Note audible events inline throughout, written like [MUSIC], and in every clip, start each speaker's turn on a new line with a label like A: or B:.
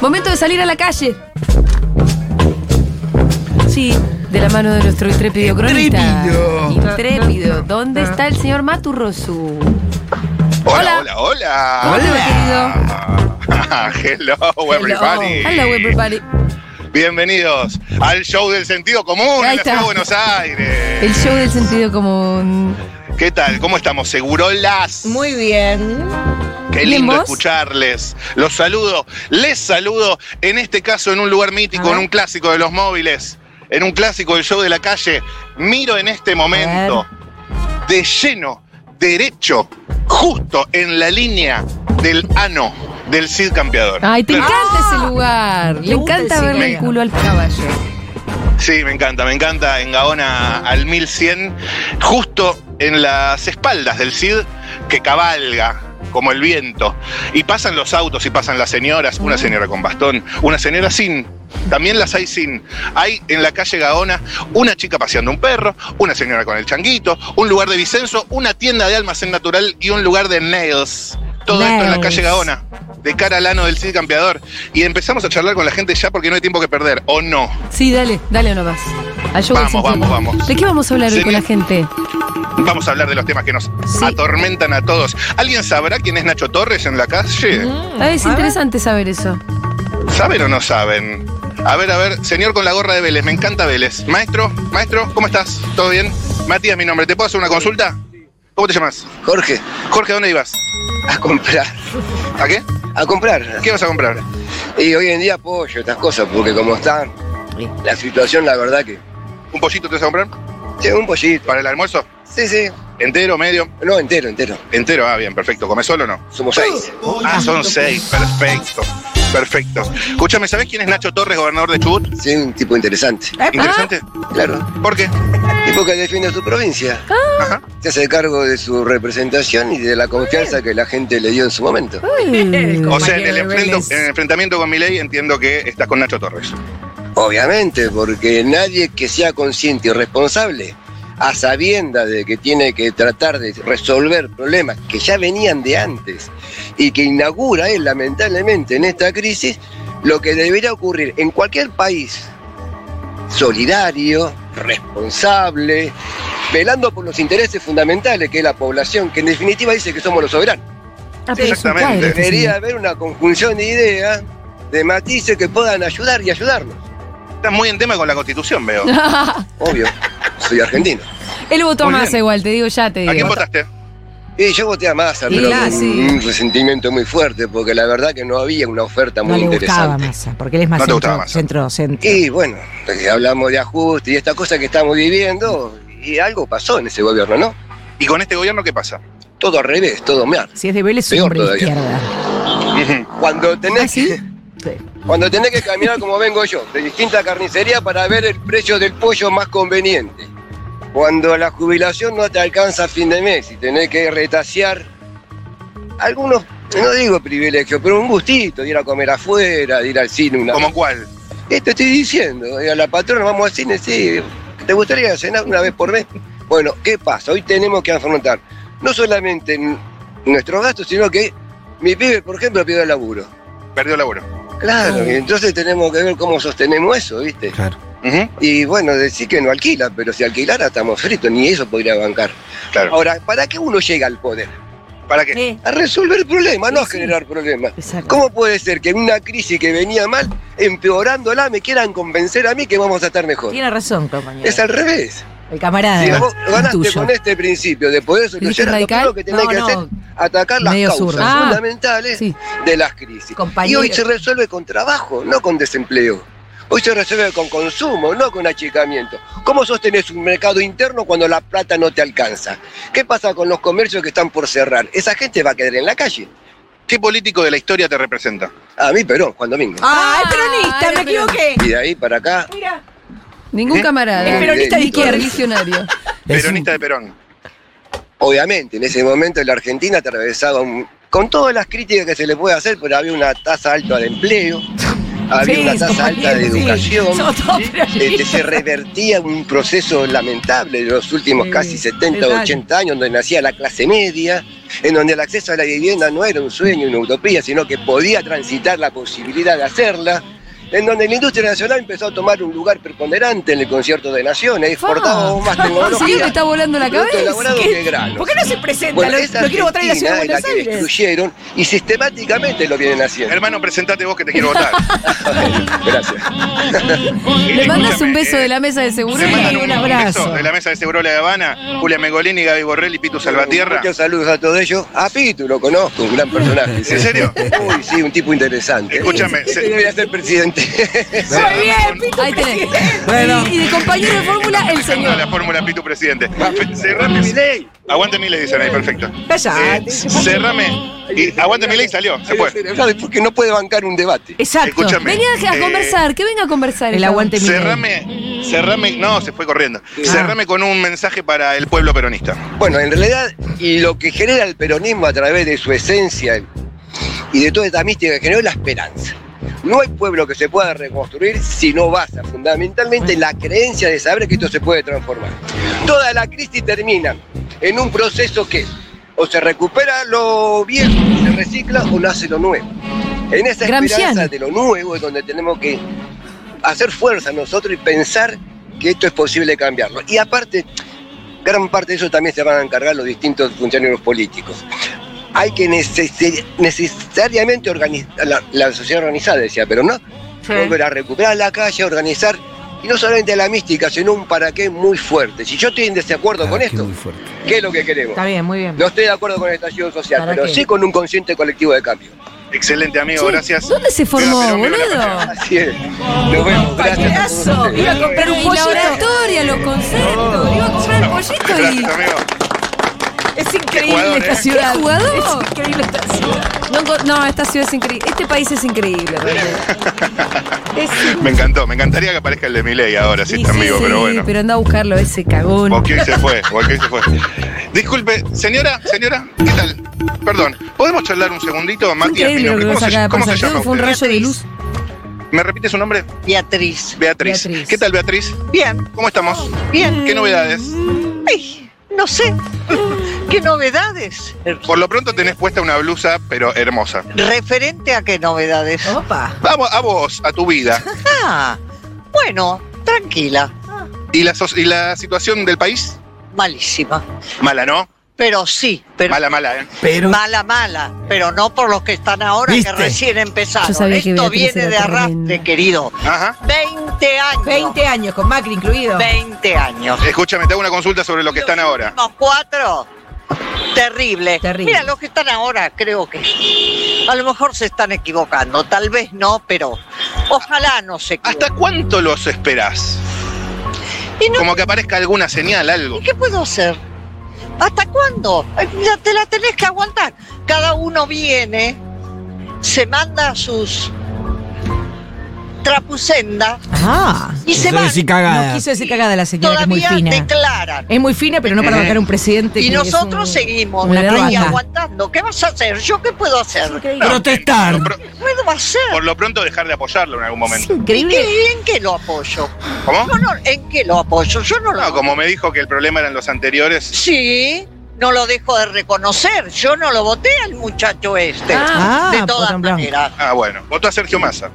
A: Momento de salir a la calle. Sí, de la mano de nuestro intrépido cronista.
B: Intrépido.
A: Intrépido. ¿Dónde está el señor Maturrosu?
B: Hola, hola, hola.
A: Hola,
B: querido. [LAUGHS] Hello, everybody.
A: Hello, hello, everybody.
B: Bienvenidos al show del sentido común
A: Ahí
B: en la ciudad
A: está.
B: de Buenos Aires.
A: El show del sentido común.
B: ¿Qué tal? ¿Cómo estamos? Segurolas.
C: Muy bien.
B: Qué
A: bien,
B: lindo
A: ¿vos?
B: escucharles. Los saludo, les saludo, en este caso en un lugar mítico,
A: A
B: en
A: ver.
B: un clásico de los móviles, en un clásico del show de la calle. Miro en este momento de lleno, derecho, justo en la línea del ano del Cid Campeador.
A: Ay, te
B: Claro.
A: encanta ese lugar.
C: Me
A: Le
C: Ah. gusta
A: encanta
C: ese
A: verle el
C: lugar.
A: culo al caballo.
B: Sí, me encanta, me encanta en Gaona al 1100, justo en las espaldas del Cid que cabalga como el viento. Y pasan los autos y pasan las señoras, una señora con bastón, una señora sin, también las hay sin. Hay en la calle Gaona una chica paseando un perro, una señora con el changuito, un lugar de Vicenzo, una tienda de almacén natural y un lugar de nails. Todo esto en la
A: Nails.
B: calle Gaona, de cara al ano del Cid campeador. Y empezamos a charlar con la gente ya porque no hay tiempo que perder, ¿o no?
A: Sí, dale, dale nomás. Al show del
B: Vamos,
A: sentido.
B: vamos, vamos.
A: ¿De qué vamos a hablar hoy
B: Se
A: con la gente?
B: Vamos a hablar de los temas que nos
A: Sí.
B: atormentan a todos. ¿Alguien sabrá quién es Nacho Torres en la calle?
A: Ah, es interesante saber eso.
B: ¿Saben o no saben? A ver, a ver, señor con la gorra de Vélez, me encanta Vélez. Maestro, maestro, ¿cómo estás? ¿Todo bien? Matías, mi nombre, ¿te puedo hacer una consulta? ¿Cómo te llamas?
D: Jorge,
B: Jorge, ¿a ¿dónde ibas?
D: a comprar.
B: ¿A qué?
D: A comprar.
B: ¿Qué vas a comprar?
D: Y hoy en día apoyo estas cosas, porque como están, la situación, la verdad que.
B: ¿Un pollito te vas a comprar?
D: Sí, un pollito.
B: ¿Para el almuerzo?
D: Sí, sí.
B: ¿Entero, medio?
D: No, entero, entero.
B: Entero, ah, bien, perfecto. ¿Come solo o no?
D: Somos seis.
B: Ah, son seis, perfecto. Perfecto. Escúchame, ¿sabés quién es Nacho Torres, gobernador de Chubut?
D: Sí, un tipo interesante.
B: ¿Interesante?
D: Claro.
B: ¿Por qué?
D: Tipo que defiende su provincia.
B: Ajá.
D: Se hace cargo de su representación y de la confianza que la gente le dio en su momento.
A: Uy.
B: O sea, en el,
C: Compañero de
B: enfrento-
C: Vélez.
B: en el enfrentamiento con Milei entiendo que estás con Nacho Torres.
D: Obviamente, porque nadie que sea consciente y responsable, a sabienda de que tiene que tratar de resolver problemas que ya venían de antes y que inaugura él, lamentablemente, en esta crisis, lo que debería ocurrir en cualquier país solidario, responsable, velando por los intereses fundamentales que es la población, que en definitiva dice que somos los soberanos.
A: Ah, pero es un
B: Exactamente.
A: cuadro, este
D: Debería
A: señor.
D: haber una conjunción de ideas, de matices que puedan ayudar y ayudarnos.
B: Estás muy en tema con la constitución,
A: [LAUGHS]
B: veo.
D: Obvio, soy argentino.
A: Él votó
B: Muy
A: más
B: bien.
A: igual, te digo, ya te
B: ¿A quién
A: digo.
B: votaste?
D: Y yo voté a Massa,
C: Y
D: pero
E: ah,
C: claro,
D: con
C: sí.
D: un resentimiento muy fuerte, porque la verdad que no había una oferta
E: No
D: muy
E: le gustaba
D: interesante.
E: Massa, porque él es más
B: No te
E: centro,
B: gustaba Massa.
E: centro, centro.
D: Y bueno, eh, hablamos de ajuste y esta cosa que estamos viviendo, y algo pasó en ese gobierno, ¿no?
B: ¿Y con este gobierno qué pasa?
D: Todo al revés, todo mal.
E: Si es de Vélez, es un
D: Peor
E: hombre de
D: todavía.
E: izquierda.
D: Cuando tenés,
A: ¿Ah, sí?
D: que- cuando tenés que caminar como vengo yo, de distintas carnicerías para ver el precio del pollo más conveniente. Cuando la jubilación no te alcanza a fin de mes y tenés que retasear algunos, no digo privilegios, pero un gustito de ir a comer afuera, de ir al cine una
B: ¿Como cuál?
D: Esto estoy diciendo, eh, a la patrona vamos al cine, sí, ¿te gustaría cenar una vez por mes? Bueno, ¿qué pasa? Hoy tenemos que afrontar no solamente n- nuestros gastos, sino que mi pibe, por ejemplo, pidió laburo.
B: Perdió el laburo.
D: Claro, y entonces tenemos que ver cómo sostenemos eso, ¿viste?
B: Ujú,
D: Y bueno, decir que no alquila, pero si alquilara estamos fritos, ni eso podría bancar.
B: Claro.
D: Ahora, ¿para qué uno llega al poder?
B: ¿Para qué?
C: Eh,
D: A resolver problemas, no a
E: Sí, sí.
D: generar problemas.
E: Exacto.
D: ¿Cómo puede ser que en una crisis que venía mal, empeorándola, me quieran convencer a mí que vamos a estar mejor?
E: Tiene razón, compañero.
D: Es al revés.
E: El camarada.
D: Si vos
E: es
D: ganaste
E: tuyo.
D: con este principio de poder solucionar, lo
A: radical?
D: primero que tenés
E: No,
D: que
E: no.
D: hacer atacar las
E: Medio
D: causas
E: zurdo.
A: Ah,
D: fundamentales
A: sí.
D: de las crisis. Y
E: Compañero.
D: hoy se resuelve con trabajo, no con desempleo. Hoy se resuelve con consumo, no con achicamiento. ¿Cómo sostenés un mercado interno cuando la plata no te alcanza? ¿Qué pasa con los comercios que están por cerrar? Esa gente va a quedar en la calle.
B: ¿Qué político de la historia te representa?
D: A mí, Perón, Juan Domingo.
E: Ah, es
A: Ah,
E: peronista,
A: era
E: me equivoqué.
D: Y de ahí para acá,
B: ¿Eh?
A: Ningún camarada.
D: Es peronista de izquierda.
A: Religionario.
B: Peronista de Perón.
D: Obviamente, en ese momento la Argentina atravesaba un- con todas las críticas que se le puede hacer, pero había una tasa alta de
E: [LAUGHS]
D: empleo, había
E: Sí,
D: una tasa
E: compañero,
D: alta de
E: sí.
D: educación,
E: Somos todos [LAUGHS]
D: este, se revertía un proceso lamentable de los últimos
E: Sí,
D: casi 70
E: total.
D: o 80 años donde nacía la clase media, en donde el acceso a la vivienda no era un sueño, una utopía, sino que podía transitar la posibilidad de hacerla, en donde la industria nacional empezó a tomar un lugar preponderante en el concierto de naciones, exportábamos
E: [LAUGHS]
D: más
A: Un señor
D: tecnología.
A: que está volando la
D: producto
A: cabeza.
D: elaborado
A: ¿Qué?
D: que grano.
E: ¿Por qué no se presenta?
D: Bueno,
E: lo,
D: esa
E: lo quiero votar en la ciudad de
D: Argentina
E: Buenos
D: es la que
E: Aires.
D: destruyeron y sistemáticamente lo vienen haciendo.
B: Hermano, presentate vos que te quiero votar. [LAUGHS]
D: Gracias.
A: [LAUGHS] Le mandas un beso de la mesa de seguridad.
B: eh. Le mandan
E: Sí, un
B: un, un
E: abrazo.
B: beso de la mesa de Seguro de La Habana, Julia Megolini, Gaby Borrell y Pitu Salvatierra.
D: Muchos saludos a todos ellos. A Pitu lo conozco, un gran personaje. sí.
B: ¿En serio?
D: Uy, sí, un tipo interesante.
B: Escúchame, se-
D: Yo Debería
B: [LAUGHS]
D: ser presidente.
E: Muy bien, Pitu,
A: Ahí tenés.
C: Bueno.
A: Y, y de compañero de fórmula, el
B: Una de
A: señor.
B: la fórmula Pitu presidente. Cerrame Milei. Aguante Milei, dicen ahí, perfecto.
E: Cállate.
B: Eh, cerrame. Y aguante Milei salió, se fue.
D: Porque no puede bancar un debate.
E: Exacto.
B: Escúchame.
A: Venía a
B: eh,
A: conversar, que venga a conversar.
E: El aguante Milei.
B: Cerrame, cerrame, no, se fue corriendo.
A: Ah.
B: Cerrame con un mensaje para el pueblo peronista.
D: Bueno, en realidad, y lo que genera el peronismo a través de su esencia y de toda esta mística que generó es la esperanza. No hay pueblo que se pueda reconstruir si no basa fundamentalmente en la creencia de saber que esto se puede transformar. Toda la crisis termina en un proceso que o se recupera lo viejo, se recicla o nace lo nuevo. En esa
A: Gramsciano.
D: esperanza de lo nuevo es donde tenemos que hacer fuerza nosotros y pensar que esto es posible cambiarlo. Y aparte, gran parte de eso también se van a encargar los distintos funcionarios políticos. Hay que necesi- necesariamente organizar la, la sociedad organizada, decía, pero no. Volver a recuperar la calle, organizar, y no solamente la mística, sino un para qué muy fuerte. Si yo estoy en desacuerdo
C: Ah,
D: con
C: qué
D: esto,
C: muy fuerte.
D: ¿qué es lo que queremos?
E: Está bien, muy bien.
D: No estoy de acuerdo con el estallido social,
E: ¿Para
D: pero
E: qué?
D: sí con un consciente colectivo de cambio.
B: Excelente, amigo,
A: Che,
B: gracias.
A: ¿Dónde se formó,
B: Viva Perón, viva la
A: boludo?
B: patria.
D: Así es. Nos vemos. Gracias. a todos
E: Payaso.
D: ustedes.
E: Iba a comprar un
A: Y la
E: pollito.
A: oratoria, los conceptos. Iba a comprar el pollito
B: Gracias,
A: y.
B: amigo.
E: Es
B: jugador,
E: increíble
B: ¿eh?
E: esta ciudad.
A: ¿Qué jugador?
E: Es increíble esta ciudad.
A: No, enco- no, esta ciudad es increíble. Este país es increíble,
B: [LAUGHS]
A: realmente. Es
B: Me encantó, me encantaría que aparezca el de Milei ahora, si
A: Y
B: está
A: sí,
B: amigo,
A: sí,
B: pero bueno.
A: Pero anda a buscarlo, ese cagón.
B: Boquín
A: [LAUGHS]
B: se fue, Boquín se fue. Disculpe, señora, señora, ¿qué tal? Perdón, ¿podemos charlar un segundito?
A: Fue
B: Martina
A: increíble lo que
B: Pinochet,
A: nos
B: ¿cómo,
A: acaba
B: se,
A: de
B: cómo se
A: pasar.
B: llama
A: Fue un
B: usted?
A: rayo de luz.
B: ¿Me repite su nombre?
F: Beatriz.
B: Beatriz.
A: Beatriz.
B: ¿Qué tal, Beatriz?
F: Bien,
B: ¿Cómo estamos?
F: bien.
B: ¿Qué novedades?
F: Ay, no sé. ¿Qué novedades?
B: Por lo pronto tenés puesta una blusa, pero hermosa.
F: Referente a qué novedades.
E: Opa.
B: Vamos a vos, a tu vida.
F: Ah, bueno, tranquila,
B: ¿Y la, so- y la situación del país?
F: malísima.
B: Mala, ¿no?
F: Pero sí, pero
B: Mala, mala, ¿eh?
C: Pero
F: mala, mala. Pero no por los que están ahora
C: ¿Viste?
F: que recién empezaron.
A: Yo sabía que
F: Esto
A: Beatriz
F: viene
A: era
F: de arrastre,
A: tremenda.
F: querido.
B: Ajá.
F: 20 años.
E: 20 años con Macri incluido.
F: 20 años.
B: Escúchame, te hago una consulta sobre lo que están ahora.
F: Los cuatro. Terrible.
E: Terrible.
F: Mira, los que están ahora, creo que a lo mejor se están equivocando. Tal vez no, pero ojalá no se
B: ¿Hasta
F: equivoquen.
B: cuánto los esperás?
F: Y no,
B: Como que aparezca alguna señal, algo.
F: ¿y ¿Qué puedo hacer? ¿Hasta cuándo? Eh, ya te la tenés que aguantar. Cada uno viene, se manda sus trapucendas
E: Ah.
F: y se
C: Eso
F: va.
C: sí cagada.
E: No quiso decir cagada la señora, que es muy
F: Todavía
E: fina.
F: declaran.
E: Es muy fina, pero no para
B: Ujú.
E: bancar un presidente.
F: Y
E: que es un-
F: nosotros seguimos
E: una
F: ahí
E: raja.
F: aguantando. ¿Qué vas a hacer? ¿Yo qué puedo hacer?
E: Increíble.
C: protestar.
B: Por-
F: ¿Qué puedo hacer?
B: Por lo pronto dejar de apoyarlo en algún
E: Es
B: momento.
F: ¿Y
E: increíble.
F: qué- en qué lo apoyo?
B: ¿Cómo?
F: No, no, ¿en qué lo apoyo? Yo no lo.
B: No, como me dijo que el problema eran los anteriores.
F: Sí, no lo dejo de reconocer. Yo no lo voté al muchacho este.
E: Ah,
F: de todas
E: Potán Blanco.
F: maneras.
B: Ah, bueno. Votó a Sergio Massa.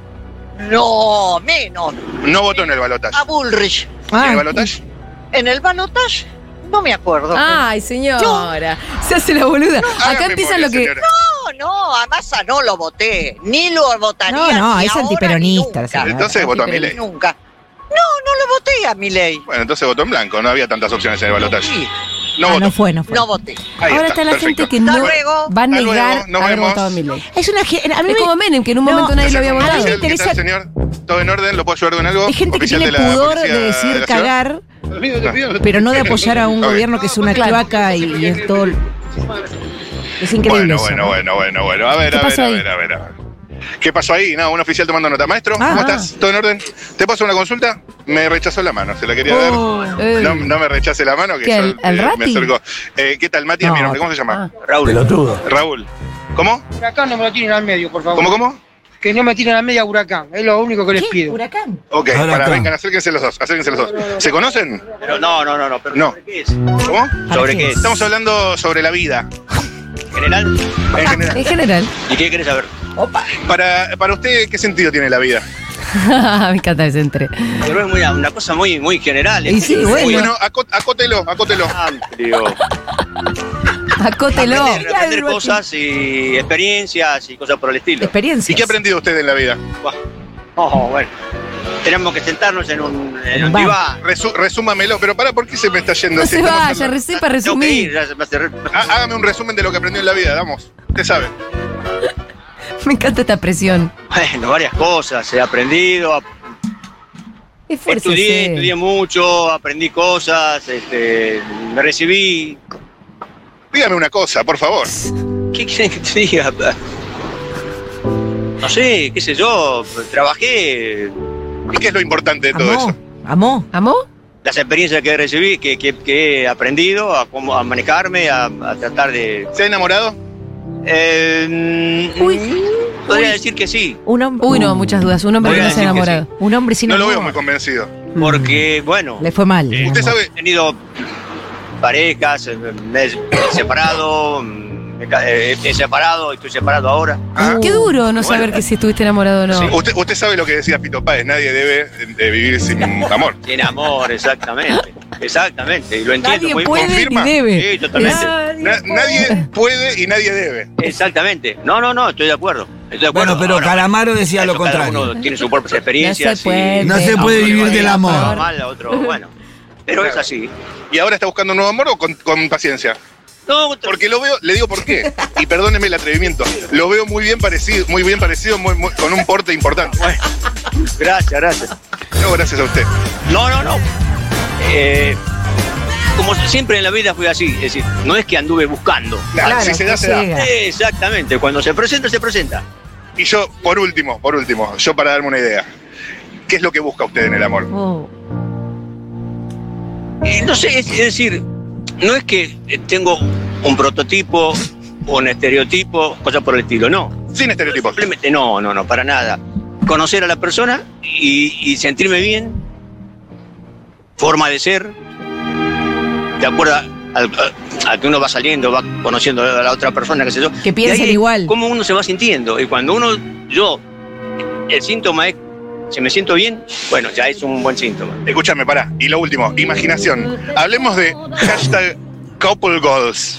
F: No, menos.
B: No votó en el balotaje.
F: A Bullrich.
B: ¿En
E: Ah,
B: el balotaje?
F: En el balotaje, no me acuerdo.
A: Ay, señora. Se hace la boluda. Acá
B: Haga
A: empiezan
B: memoria,
A: lo que.
B: señora.
F: No, no, a Massa no lo voté. Ni lo votaría.
E: No, no,
F: ni
E: es
F: ahora,
E: antiperonista,
F: ni
E: la señora.
F: Nunca.
B: Entonces votó a
A: Pero-
B: Milei.
F: Nunca. No, no lo voté a mi ley.
B: Bueno, entonces votó en blanco. No había tantas opciones en el balotaje. No
E: ah,
B: votó.
E: no fue, no fue.
F: No voté.
B: Ahí
A: Ahora está la gente que no
F: Hasta luego.
A: va a
B: Hasta
A: negar
B: luego, nos
A: haber
B: vemos.
A: votado a Milei.
E: Es una. gen- A mí
A: Es
E: me-
A: como Menem, que en un
E: No,
A: momento nadie lo
B: Gracias,
A: había
B: señor
A: votado.
E: mí me
B: Marcel. ¿Qué tal,
E: interesa-
B: señor? ¿Todo en orden? ¿Lo puedo ayudar con algo?
E: Hay gente que
B: Oficial
E: tiene
B: de la
E: pudor de
B: policía
E: decir
B: la ciudad.
E: cagar,
B: No.
E: pero no de apoyar a un
B: [LAUGHS] Ok.
E: gobierno que es una
A: Claro.
E: cloaca y es todo. Es increíble
B: Bueno,
E: eso.
B: bueno, bueno, bueno, bueno. A ver,
A: ¿Qué
B: a ver,
A: pasó
B: a
A: ahí?
B: ver, a ver, a ver. ¿Qué pasó ahí? No, un oficial tomando nota. Maestro,
E: Ah.
B: ¿cómo estás? ¿Todo en orden? ¿Te paso una consulta? Me rechazó la mano, se la quería dar.
A: Eh,
B: No, no me rechace la mano, que
A: ¿Qué,
B: yo,
A: al- al
B: eh, me
A: Rati?
B: acercó. Eh, ¿Qué tal, Mati? Es mi
E: No.
B: nombre, ¿Cómo se llama?
C: Pelotudo.
B: Raúl. ¿Cómo?
G: Huracán no me lo tiren al medio, por favor.
B: ¿Cómo, cómo?
G: Que no me tiren al medio a huracán. Es lo único que les
E: ¿Qué?
G: pido.
E: ¿Huracán?
B: Ok,
C: Ahora
B: para,
C: acá.
B: vengan, acérquense los dos, acérquense los dos. ¿Se conocen?
H: Pero no, no, no, no. Pero
B: No.
H: ¿sobre qué es?
B: ¿Cómo?
E: ¿Sobre qué es?
B: Estamos hablando sobre la vida.
C: general.
H: Ah,
B: En general.
A: En general. [LAUGHS]
C: ¿Y qué querés saber?
A: Opa.
B: Para, para usted, ¿qué sentido tiene la vida?
A: Me encanta ese entre.
C: Pero es muy- una cosa muy, muy general.
A: Y sí,
C: muy
A: bueno,
B: Bueno, acó- acótelo, acótelo.
H: Ah,
C: amplio.
A: acótelo.
C: Aprender, aprender cosas y experiencias y cosas por el estilo.
B: ¿Y
A: Experiencias.
B: qué ha aprendido usted en la vida?
C: Oh, bueno. Tenemos que sentarnos en un, en un
A: Va.
C: diván.
B: Resu- resúmamelo, pero para, ¿por qué se me está yendo?
A: No
B: así?
A: se
B: Estamos
A: vaya,
B: hablando-
A: recién para
C: Tengo que ir,
A: resumir.
C: ya se me hace re-
B: Há- Hágame un resumen de lo que aprendió en la vida, vamos. Usted sabe.
A: Me encanta esta presión.
C: Bueno, varias cosas. He aprendido, ap- estudié,
A: Esfuércese.
C: estudié mucho, aprendí cosas, este, me recibí.
B: Dígame una cosa, por favor.
C: ¿Qué quieren que te diga? No sé, qué sé yo, trabajé,
B: ¿Y qué es lo importante de todo
E: Amó,
B: eso?
E: amó.
A: ¿Amó?
C: las experiencias que recibí, que, que- que he aprendido a, cómo, a manejarme, a, a tratar de...
B: ¿Se ha enamorado?
C: Eh,
A: Uy.
C: podría decir que sí,
E: Un hombre.
A: Uy, no, muchas dudas. Un hombre
C: Voy
A: que
C: a
A: no se ha
C: decir que
A: enamorado. Un hombre sin
B: No lo
A: amor.
B: veo muy convencido.
A: Mm.
C: porque, bueno,
E: Le fue mal.
C: Eh,
B: Usted
E: digamos.
B: sabe,
C: he tenido parejas, eh, me he separado, mm, me ca- eh, he separado, estoy separado ahora.
B: Ah.
A: Qué duro no saber que si estuviste enamorado o no.
C: Sí.
B: usted, usted sabe lo que decía Pito Páez, nadie debe eh, vivir sin amor.
C: Sin amor, exactamente. Exactamente, y lo entiendo
A: Nadie
C: muy
A: puede
C: bien.
B: confirma.
A: ni debe.
C: Sí, totalmente.
B: Na- nadie puede y nadie debe.
C: Exactamente. No, no, no, estoy de acuerdo. Estoy de acuerdo.
H: Bueno, pero
C: Ahora,
H: Calamaro decía
C: eso,
H: lo
C: cada
H: contrario.
C: Uno tiene sus propias experiencias.
A: No se puede.
C: y-
H: No se
C: a
H: puede
C: uno le
H: vivir
C: va
H: del
C: bien, a otro
H: amor.
C: mal, a otro, bueno. Pero es así.
B: ¿Y ahora está buscando un nuevo amor o con, con paciencia?
C: No, otro-
B: Porque lo veo, le digo por qué. Y perdóneme el atrevimiento. Lo veo muy bien parecido, muy bien parecido, muy- muy- con un porte importante.
C: gracias, gracias.
B: No, gracias a usted.
C: No, no, no. Eh, como siempre en la vida fui así. Es decir, no es que anduve buscando.
B: Nah,
E: Claro,
B: si se da,
E: que
B: se da.
E: llega.
C: Exactamente. Cuando se presenta, se presenta.
B: Y yo, por último, por último, yo para darme una idea. ¿Qué es lo que busca usted en el amor?
A: Oh.
C: Y no sé, es, es decir, no es que eh, tengo un prototipo, un estereotipo, cosas por el estilo. No.
B: Sin estereotipos.
C: Simplemente no, no, no, para nada. Conocer a la persona y, y sentirme bien, forma de ser, de acuerdo al- a, a que uno va saliendo, va conociendo a la otra persona, qué sé yo.
E: Que
C: Y ahí
E: piensen
C: es
E: igual.
C: Cómo uno se va sintiendo. Y cuando uno, yo, el síntoma es, si me siento bien, bueno, ya es un buen síntoma.
B: Escúchame, pará. Y lo último, imaginación. Hablemos de hashtag couple goals.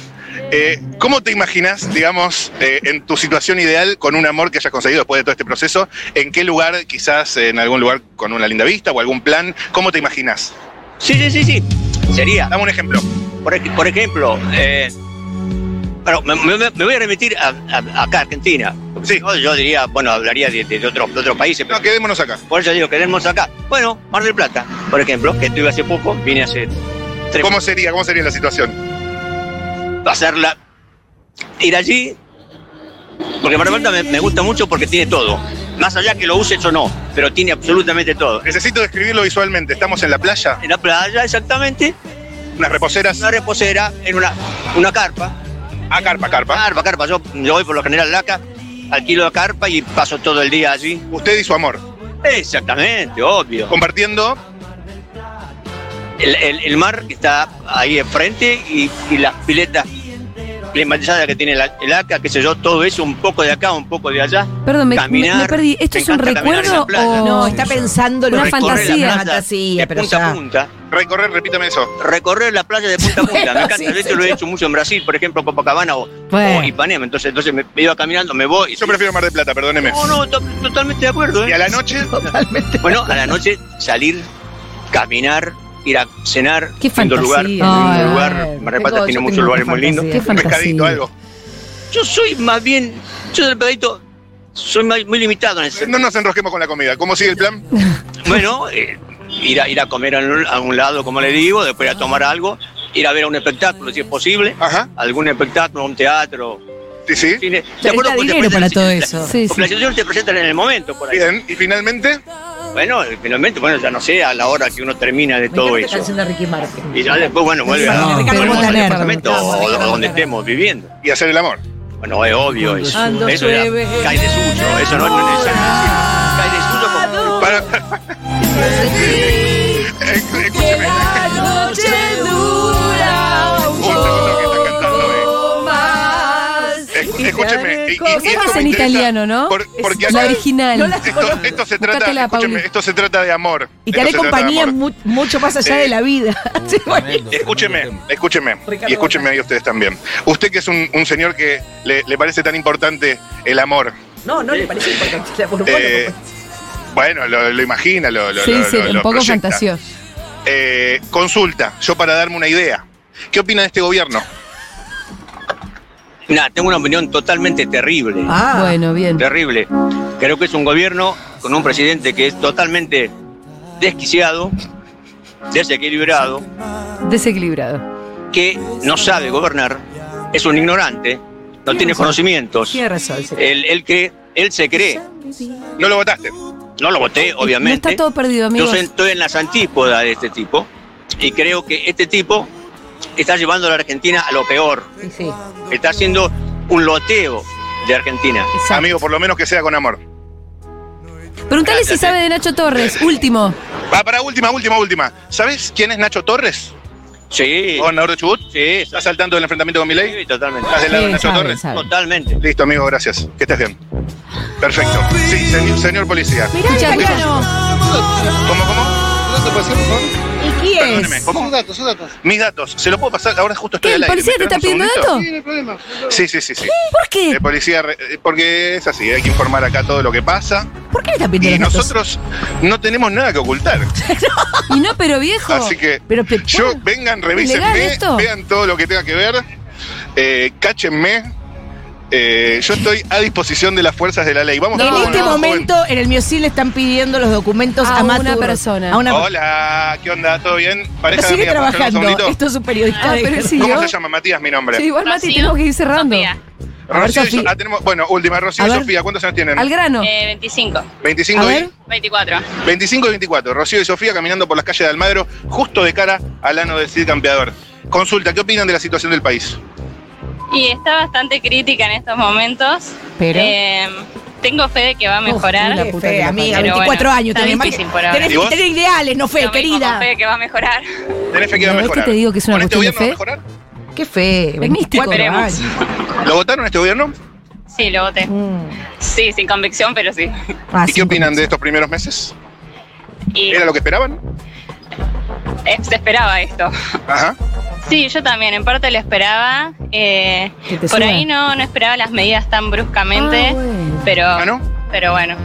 B: Eh, ¿Cómo te imaginas, digamos, eh, en tu situación ideal con un amor que hayas conseguido después de todo este proceso? ¿En qué lugar, quizás en algún lugar con una linda vista o algún plan? ¿Cómo te imaginas?
C: Sí, sí, sí, sí. Sería.
B: Dame un ejemplo.
C: Por, ej- por ejemplo, eh, bueno, me, me- me voy a remitir a, a- acá, Argentina. Porque
B: Sí.
C: si no, Yo diría, bueno, hablaría de, de otros de otros países, pero
B: No, quedémonos acá.
C: por eso digo, queremos acá. Bueno, Mar del Plata, por ejemplo, que estuve hace poco, vine hace tres
B: ¿Cómo sería? ¿Cómo sería la situación?
C: pasarla, ir allí, porque Mar del Plata me, me gusta mucho porque tiene todo. Más allá que lo uses o no, pero tiene absolutamente todo.
B: Necesito describirlo visualmente. Estamos en la playa,
C: En la playa, exactamente,
B: unas reposeras.
C: una reposera, en una, una carpa,
B: Ah, carpa, carpa.
C: Carpa, carpa. Yo, yo voy por lo general laca, alquilo la carpa y paso todo el día allí.
B: Usted y su amor.
C: Exactamente, obvio.
B: Compartiendo
C: El, el- el mar que está ahí enfrente y, y las piletas climatizadas que tiene la, el ACA, qué sé yo, todo eso, un poco de acá, un poco de allá.
A: Perdón, me,
C: Caminar,
A: me- me perdí. ¿Esto
C: me
A: es un
C: encanta caminar en la
A: recuerdo
C: playa.
A: o.?
E: No, está pensando lo
A: Una
E: que-
C: Recorrer la
A: fantasía.
E: Una
C: playa
E: fantasía,
C: de
E: pero
C: punta
E: ya.
C: a punta.
B: Recorrer, repítame eso.
C: Recorrer la playa de punta a
A: [LAUGHS]
C: punta.
A: Bueno,
C: me encanta.
A: sí,
C: de hecho, lo he
A: señor.
C: hecho mucho en Brasil, por ejemplo, Copacabana o,
A: Bueno.
C: o Ipanema. Entonces, entonces me, me iba caminando, me voy. y-
B: Yo prefiero Mar del Plata, perdóneme.
C: No, no, to- totalmente de acuerdo. ¿eh?
B: Y a la noche,
C: Bueno, a la noche salir, caminar, ir a cenar.
A: Qué
C: lindo lugar,
A: fantasía.
E: Ay,
C: lindo
E: ay,
C: lugar. Mar del Plata
E: tengo-
C: tiene
E: yo
C: muchos
E: tengo
C: lugares
E: una
C: muy lindos.
E: fantasía.
A: Qué
B: un pescadito,
A: fantasía.
B: algo.
C: Yo soy más bien, yo del pedadito soy más- muy limitado en ese.
B: No nos enrosquemos con la comida. ¿Cómo sigue el plan?
C: Bueno, eh, ir, a, ir a comer a un, a un lado, como le digo, después ir a tomar algo, ir a ver un espectáculo, si es posible,
B: Ajá.
C: algún espectáculo, un teatro,
B: Sí, sí.
C: cine.
E: Está dinero para todo eso.
A: Sí,
C: Porque
A: sí.
C: las situaciones te presentan en el momento, por ahí.
B: Bien. Y finalmente,
C: Bueno, finalmente, bueno, ya no sé, a la hora que uno termina de
E: Me
C: todo
E: encanta esta
C: eso.
E: canción de Ricky Martin.
C: Y ya después, bueno, vuelve a,
H: No,
C: volvemos
H: Ricardo
C: al
E: Montaner.
C: departamento
E: Vamos,
C: o,
E: Ricardo
C: o donde
E: Montaner.
C: estemos viviendo.
B: y hacer el amor.
C: Bueno, es obvio eso.
E: Ando
C: eso ya
E: llueve.
C: cae de suyo. Eso no, no es necesario. Cae de suyo como...
B: Para- Escú- eh, Escúcheme. Justo lo que está cantando, eh.
A: más.
B: escúcheme, y- y-
A: Vos
B: y esto
A: hablas
B: me
A: en
B: interesa
A: italiano, ¿no?
B: por- porque
A: la
B: acá-
A: original.
E: No la-
B: Esto, esto se trata,
A: Búscatela,
B: escúcheme,
A: Pauli.
B: esto se trata de amor.
E: Y te haré
B: Esto se trata de
E: compañía
B: amor.
E: mu- mucho más allá
B: Eh,
E: de la vida. [LAUGHS] Sí, bueno.
B: Escúcheme, escúcheme,
E: Ricardo
B: y escúcheme ahí ustedes también. Usted que es un, un señor que le, le parece tan importante el amor,
E: No, no le parece importante. la Borbón,
B: Eh, bueno, lo, lo imagina, lo, lo,
A: sí,
B: lo-
A: sí,
B: lo-
A: un
B: lo
A: poco
B: proyecta.
A: fantasioso.
B: Eh, consulta, yo para darme una idea. ¿Qué opina de este gobierno?
C: Nada, tengo una opinión totalmente terrible.
E: Ah, bueno.
A: Bueno, bien.
C: Terrible. Creo que es un gobierno con un presidente que es totalmente desquiciado, desequilibrado,
A: Desequilibrado.
C: que no sabe gobernar, es un ignorante, no tiene conocimientos.
E: Tiene razón. sí.
C: Él, él cree- él se cree.
B: No lo votaste.
C: No lo voté,
A: No
C: obviamente.
A: está todo perdido,
C: Yo
A: amigos.
C: soy- estoy en las antípodas de este tipo y creo que este tipo está llevando a la Argentina a lo peor.
E: Sí, sí.
C: Está haciendo un loteo de Argentina.
A: Exacto.
B: Amigo, por lo menos que sea con amor.
A: Preguntale si
B: eh.
A: sabe de Nacho Torres. Último.
B: Va, para última, última, última. ¿Sabes quién es Nacho Torres?
C: Sí,
B: Gobernador de Chubut.
C: sí,
B: ¿Estás al tanto del enfrentamiento con Milei?
C: sí, totalmente.
B: ¿Estás del lado de
A: Sí,
B: Nacho
A: sabe,
B: Torres?
A: sabe.
C: Totalmente.
B: Listo, amigo, gracias. Que estés bien. Perfecto. Sí, señor, señor policía.
E: Mirá,
A: Escucha,
E: italiano.
B: ¿Cómo, cómo?
E: ¿Y quién
B: Perdóneme.
E: es?
B: ¿Cómo?
G: Sus datos, sus datos.
B: Mis datos. ¿Se los puedo pasar? Ahora justo estoy
A: ¿Qué?
B: al
A: ¿El
B: aire.
A: policía te
B: ¿Me
A: está
B: esperan
A: pidiendo datos?
B: un segundito?
G: Sí, no hay problema.
B: Sí, sí, sí, sí.
A: ¿Por qué?
B: El policía, re- eh, porque es así, hay que informar acá todo lo que pasa.
E: ¿Por qué le están pidiendo
B: Y
E: los datos?
B: nosotros no tenemos nada que ocultar.
A: Y no, pero viejo.
B: Así que
E: Pero, pero,
B: yo,
E: ¿por?
B: vengan,
A: ¿Ilegal
B: revísenme,
A: esto?
B: vean todo lo que tenga que ver, eh, cáchenme. eh, yo estoy a disposición de las fuerzas de la ley. Vamos
E: en
B: todos,
E: este
B: vamos,
E: momento, en el miocil le están pidiendo los documentos
A: A
E: a,
A: una
E: Maturro.
A: persona.
E: A
B: joven.
E: una persona.
B: Hola, ¿qué onda? ¿Todo bien? Pareja de
E: sigue
B: amiga, ¿puedo hablar un
E: trabajando.
B: segundito?
E: Esto es un periodista.
A: Ah,
E: de
A: pero
E: guerra.
A: sí.
B: ¿Cómo
A: ¿no?
B: se llama? Matías, mi nombre.
A: Sí, igual, Mati,
H: Rocío,
A: tenemos que ir cerrando.
H: Sofía,
A: a ver,
B: Rocío y
A: Sofi.
B: Sofía. Ah, tenemos- bueno, última, Rocío
A: A
B: y
A: ver.
B: Sofía, ¿cuántos años tienen?
A: Al grano.
H: eh, 25,
B: 25
A: a
B: y,
A: ver.
H: 24.
B: 25 y 24. Rocío y Sofía caminando por las calles de Almagro, justo de cara al ano del Cid Campeador. Consulta, ¿qué opinan de la situación del país?
H: Y está bastante crítica en estos momentos.
E: Pero.
H: Eh, tengo fe de que va a mejorar.
E: Uf, la puta que
H: Pero
E: la amiga,
H: bueno,
E: 24 años.
H: está
E: Tenés,
H: difícil por ahora.
E: tenés
B: ¿Y vos?
E: que tener ideales, no fe,
H: Lo mismo,
E: querida.
H: con fe de que va a mejorar.
B: ¿Tenés fe que va
A: ¿Verdad
B: a
A: que
B: mejorar?
A: te digo que es una
B: ¿Con este
A: cuestión de
B: gobierno va a mejorar?
E: Qué fe.
A: Es místico.
E: 24 años.
B: ¿Lo votaron este gobierno?
H: Sí, lo voté.
E: Mm.
H: Sí, sin convicción, pero sí.
E: Ah,
B: ¿Y
E: sí,
B: qué opinan de estos primeros meses?
H: Y
B: ¿Era lo que esperaban?
H: eh, se esperaba esto.
B: Ajá.
H: Sí, yo también, en parte lo esperaba. eh,
E: Que te
H: por
E: suba.
H: ahí no, no esperaba las medidas tan bruscamente,
A: Ah, bueno.
H: pero,
B: Ah, ¿no?
H: pero bueno.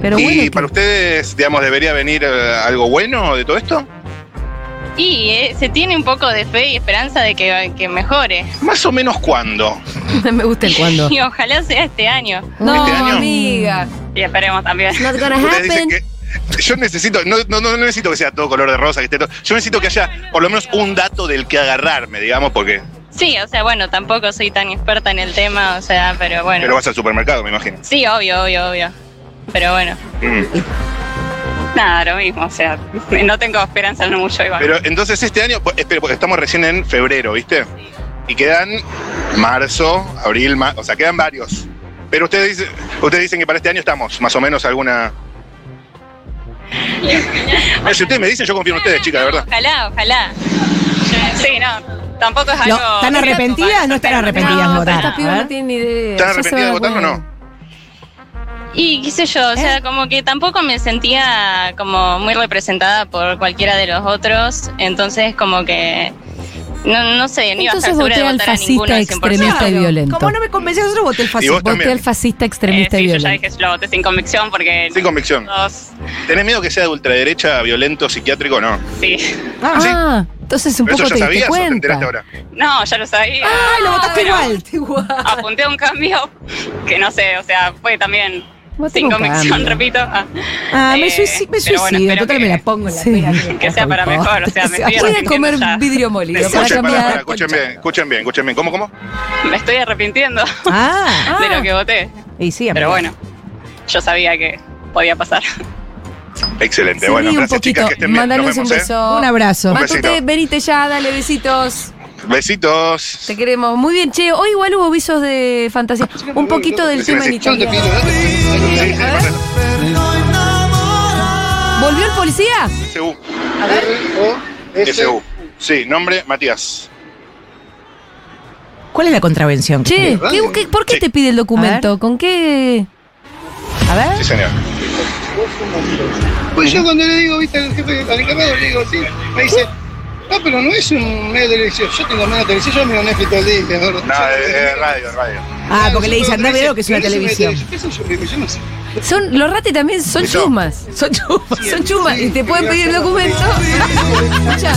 A: Pero bueno.
B: ¿Y
A: que-
B: para ustedes, digamos, debería venir eh, algo bueno de todo esto?
H: Y eh, se tiene un poco de fe y esperanza de que, que mejore.
B: ¿Más o menos cuándo?
A: [LAUGHS] Me gusta el cuándo.
H: Y ojalá sea este año.
A: No,
B: ¿Este año?
A: amiga.
H: Y esperemos también.
A: Not gonna
B: Ustedes
A: happen.
B: dicen que. Yo necesito, no, no, no necesito que sea todo color de rosa, que esté todo. Yo necesito que haya por lo menos un dato del que agarrarme, digamos, porque.
H: Sí, o sea, bueno, tampoco soy tan experta en el tema, o sea, pero bueno.
B: Pero vas al supermercado, me imagino.
H: Sí, obvio, obvio, obvio. Pero bueno,
B: Mm.
H: nada, lo mismo, o sea, no tengo esperanza en mucho igual.
B: Pero entonces este año, po- espera, porque estamos recién en febrero, ¿viste? Y quedan marzo, abril, ma- o sea, quedan varios. Pero ustedes dicen, ustedes dicen que para este año estamos, más o menos alguna. Mira, si ustedes me dicen, yo confío en ustedes, chicas, de verdad.
H: Ojalá, ojalá. Sí, no, tampoco es algo...
E: No, ¿Están arrepentidas? No están arrepentidas de
A: No, pero
E: votar.
A: estas
E: A
A: pibas
E: ver.
A: no tienen ni idea. Ya
B: ¿Están
A: se van
B: arrepentidas
A: a
B: de votar o
A: dar
B: no?
A: cuenta.
H: Y qué sé yo, o sea, como que tampoco me sentía como muy representada por cualquiera de los otros, entonces como que... No, no sé, no iba a
A: Entonces
H: estar segura
A: voté
H: de
A: al
H: votar a ninguno
A: fascista
H: al 100%.
A: extremista y
E: Claro.
A: violento.
E: Como no me convenció, nosotros voté el
B: Y
E: fácil.
B: vos
A: Voté
B: también,
A: al fascista
H: Eh,
A: extremista
H: sí,
A: y
H: yo ya
A: violento.
H: dije, lo voté sin convicción porque...
B: sin convicción.
H: Todos,
B: ¿Tenés miedo que sea de ultraderecha, violento, psiquiátrico? No.
H: sí. [LAUGHS]
E: Ah,
B: Sí.
A: Ah, entonces un
B: ¿Pero
A: poco
B: eso
A: te
B: ya
A: diste
B: sabías o te enteraste
A: cuenta. Ah,
B: ahora?
H: No, ya lo sabía.
E: Ay, lo votaste
H: Ah, Pero [LAUGHS]
E: igual.
H: Apunté a un cambio que no sé, o sea, fue también
A: Voté
H: sin
A: un
H: convicción,
A: cambio.
H: repito. Ah,
E: Ah, me
H: Eh,
E: suicido. Me
H: pero bueno,
E: suicido.
H: espero
E: Total,
H: que-
E: me la pongo en la
A: Sí.
E: pera.
H: que sea para mejor, o sea, me
A: Voy
H: estoy
A: a comer
H: arrepintiendo ya.
A: vidrio molido para
B: Escuchen, pará, pará,
A: cambiar.
B: escuchen bien, escuchen bien, escuchen bien. ¿Cómo, cómo?
H: Me estoy arrepintiendo
E: Ah,
H: de lo que voté.
E: y sí,
H: Pero
E: amiga.
H: bueno, yo sabía que podía pasar.
B: Excelente.
A: Sí,
B: bueno,
A: un
B: gracias, chicas,
A: poquito.
B: que estén bien. Nos
A: Mandanos un
B: vemos, ¿eh?
A: beso.
E: Un abrazo.
B: Un
A: Matute,
B: besito.
A: venite ya, dale besitos.
B: Besitos.
A: Te queremos. Muy bien, che. Hoy igual hubo visos de fantasía. Un poquito del
B: Sí,
A: tema en
B: sí.
A: italiano.
B: Sí, sí,
A: A ver.
B: Marcelo.
A: ¿Volvió el policía?
B: SU.
A: A ver.
B: SU. Sí, nombre Matías.
E: ¿Cuál es la contravención? que
A: Che,
E: está
B: ¿verdad?
A: ¿qué- qué- ¿por qué
B: Sí.
A: te pide el documento? ¿Con qué?
E: ahí? A ver.
B: Sí, señor.
G: Pues yo cuando le digo, viste, al jefe, al encargado, le digo, sí, me dice, no, pero no es un medio de televisión, yo tengo medio de televisión, yo miro Netflix todo el día, ¿verdad?
B: No, eh, es es radio, es radio.
E: Ah, porque le dice, anda a ver lo que es una
G: Pero no
E: televisión.
G: ¿Qué es un medio de televisión? No sé.
A: Son, los rates también son
B: Eso.
A: chumas. Son chumas, son chumas. Y te pueden pedir el documento. Escucha.